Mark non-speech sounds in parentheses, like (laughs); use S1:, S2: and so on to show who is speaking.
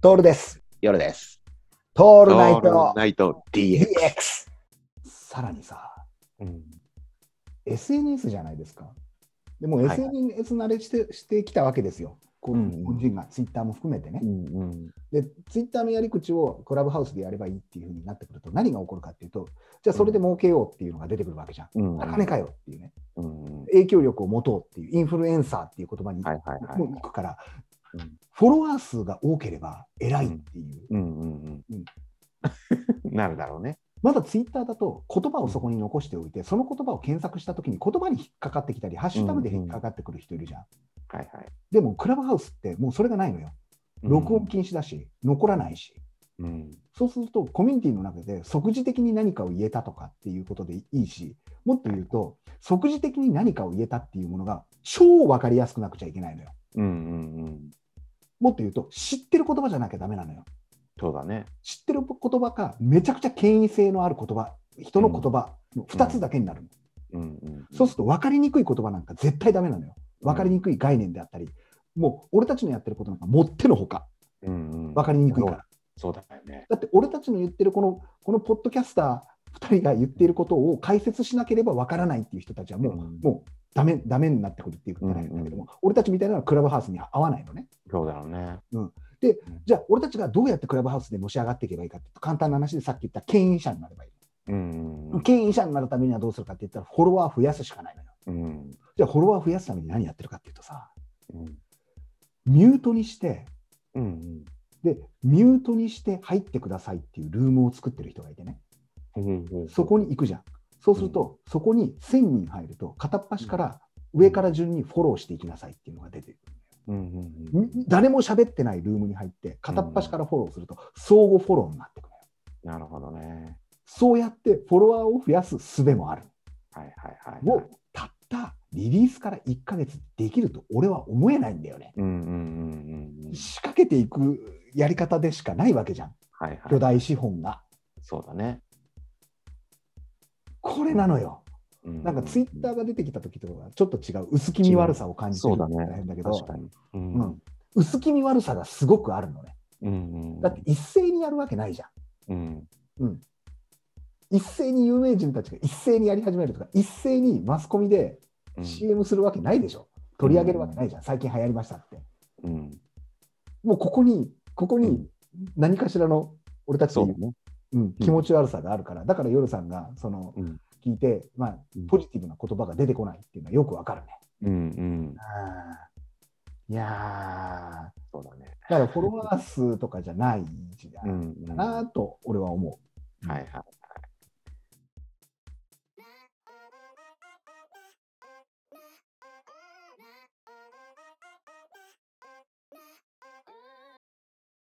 S1: トールです。
S2: 夜です。
S1: ト
S2: オ
S1: ールナイト
S2: ナイト DX。
S1: DX。さらにさ、
S2: うん、
S1: SNS じゃないですか。でもう
S2: はいはい
S1: SNS 慣れして,、してきたわけですよ。こう
S2: うんうん
S1: 日本人がツイッターも含めてね
S2: う。ん、うん。
S1: で、ツイッターのやり口をクラブハウスでやればいいっていうふうになってくると、何が起こるかっていうと、じゃあそれで儲けようっていうのが出てくるわけじゃん。
S2: うん、
S1: あ金かよっていうね。
S2: うん。はい
S1: 影響力を持とうっていう、インフルエンサーっていう言葉に
S2: はい
S1: も
S2: は
S1: う行くから、
S2: い。
S1: フォロワー数が多ければ偉いっていう。
S2: うん、うん、うん
S1: うん。
S2: (laughs) なるだろうね。
S1: まだツイッターだと言葉をそこに残しておいて、その言葉を検索したときに言葉に引っかかってきたり、ハッシュタグで引っかかってくる人いるじゃん。
S2: はいはい。
S1: でも、クラブハウスってもうそれがないのよ。録音禁止だし、残らないし。
S2: うん。
S1: そうすると、コミュニティの中で即時的に何かを言えたとかっていうことでいいし、もっと言うと、即時的に何かを言えたっていうものが超分かりやすくなくちゃいけないのよ。
S2: うん、うん、うん。
S1: もっと言うと、知ってる言葉じゃなきゃダメなのよ。
S2: そうだね。
S1: 知ってる言葉か、めちゃくちゃ権威性のある言葉、人の言葉の2つだけになるの。
S2: うん、うん。
S1: そうすると分かりにくい言葉なんか絶対ダメなのよ。分かりにくい概念であったり、もう俺たちのやってることなんかもってのほか
S2: うん、うん。
S1: 分かりにくいから。
S2: そうだよね。
S1: だって俺たちの言ってるこの、このポッドキャスター2人が言っていることを解説しなければ分からないっていう人たちはもう、
S2: うん
S1: もうダメダメになってくるっていうことなんだけども、俺たちみたいなのはクラブハウスには合わないのね。
S2: そうだろうね。
S1: じゃあ俺たちがどうやってクラブハウスでのし上がっていけばいいかっていうと簡単な話でさっき言った権威者になればいい。
S2: うん、うん
S1: 権威者になるためにはどうするかって言ったらフォロワー増やすしかないのよ。
S2: うん。
S1: じゃあフォロワー増やすために何やってるかっていうとさ、
S2: うん。
S1: ミュートにして
S2: うん。
S1: で、ミュートにして入ってくださいっていうルームを作ってる人がいてね、
S2: うん。
S1: そこに行くじゃん。そうすると、そこに1000人入ると、片っ端から上から順にフォローしていきなさいっていうのが出てる。
S2: うん。うん。
S1: み誰も喋ってないルームに入って、片っ端からフォローすると、相互フォローになってくるのよ。
S2: なるほどね。
S1: そうやってフォロワーを増やす術もある。
S2: はいはいはい。
S1: をたったリリースから1ヶ月できると俺は思えないんだよね。
S2: うんうんうんうん。
S1: 仕掛けていくやり方でしかないわけじゃん、
S2: はいはい。
S1: 巨大資本が。
S2: そうだね。
S1: これなのよ。な
S2: なん
S1: かツイッターが出てきた時とかはちょっと違う薄気味悪さを感じてる
S2: そうだね
S1: んだけど
S2: 確かに。うん
S1: うん薄気味悪さがすごくあるのね
S2: うんうん
S1: だって一斉にやるわけないじゃ
S2: うん
S1: ん一斉に有名人たちが一斉にやり始めるとか一斉にマスコミで
S2: うん
S1: CM するわけないでしょ取り上げるわけないじゃん最近流行りましたって
S2: うん
S1: もうここにここ
S2: う
S1: に
S2: ん
S1: 何かしらの俺たち
S2: そ
S1: の
S2: うだね。
S1: うん、気持ち悪さがあるからだから夜さんがその
S2: うん
S1: 聞いて、まあ
S2: うん、
S1: ポジティブな言葉が出てこないっていうのはよくわかるね
S2: うんうん。
S1: いやー
S2: そうだね。
S1: だからフォロワー数とかじゃない時代
S2: うんうん。
S1: だなと俺は思う。
S2: はいはいはい。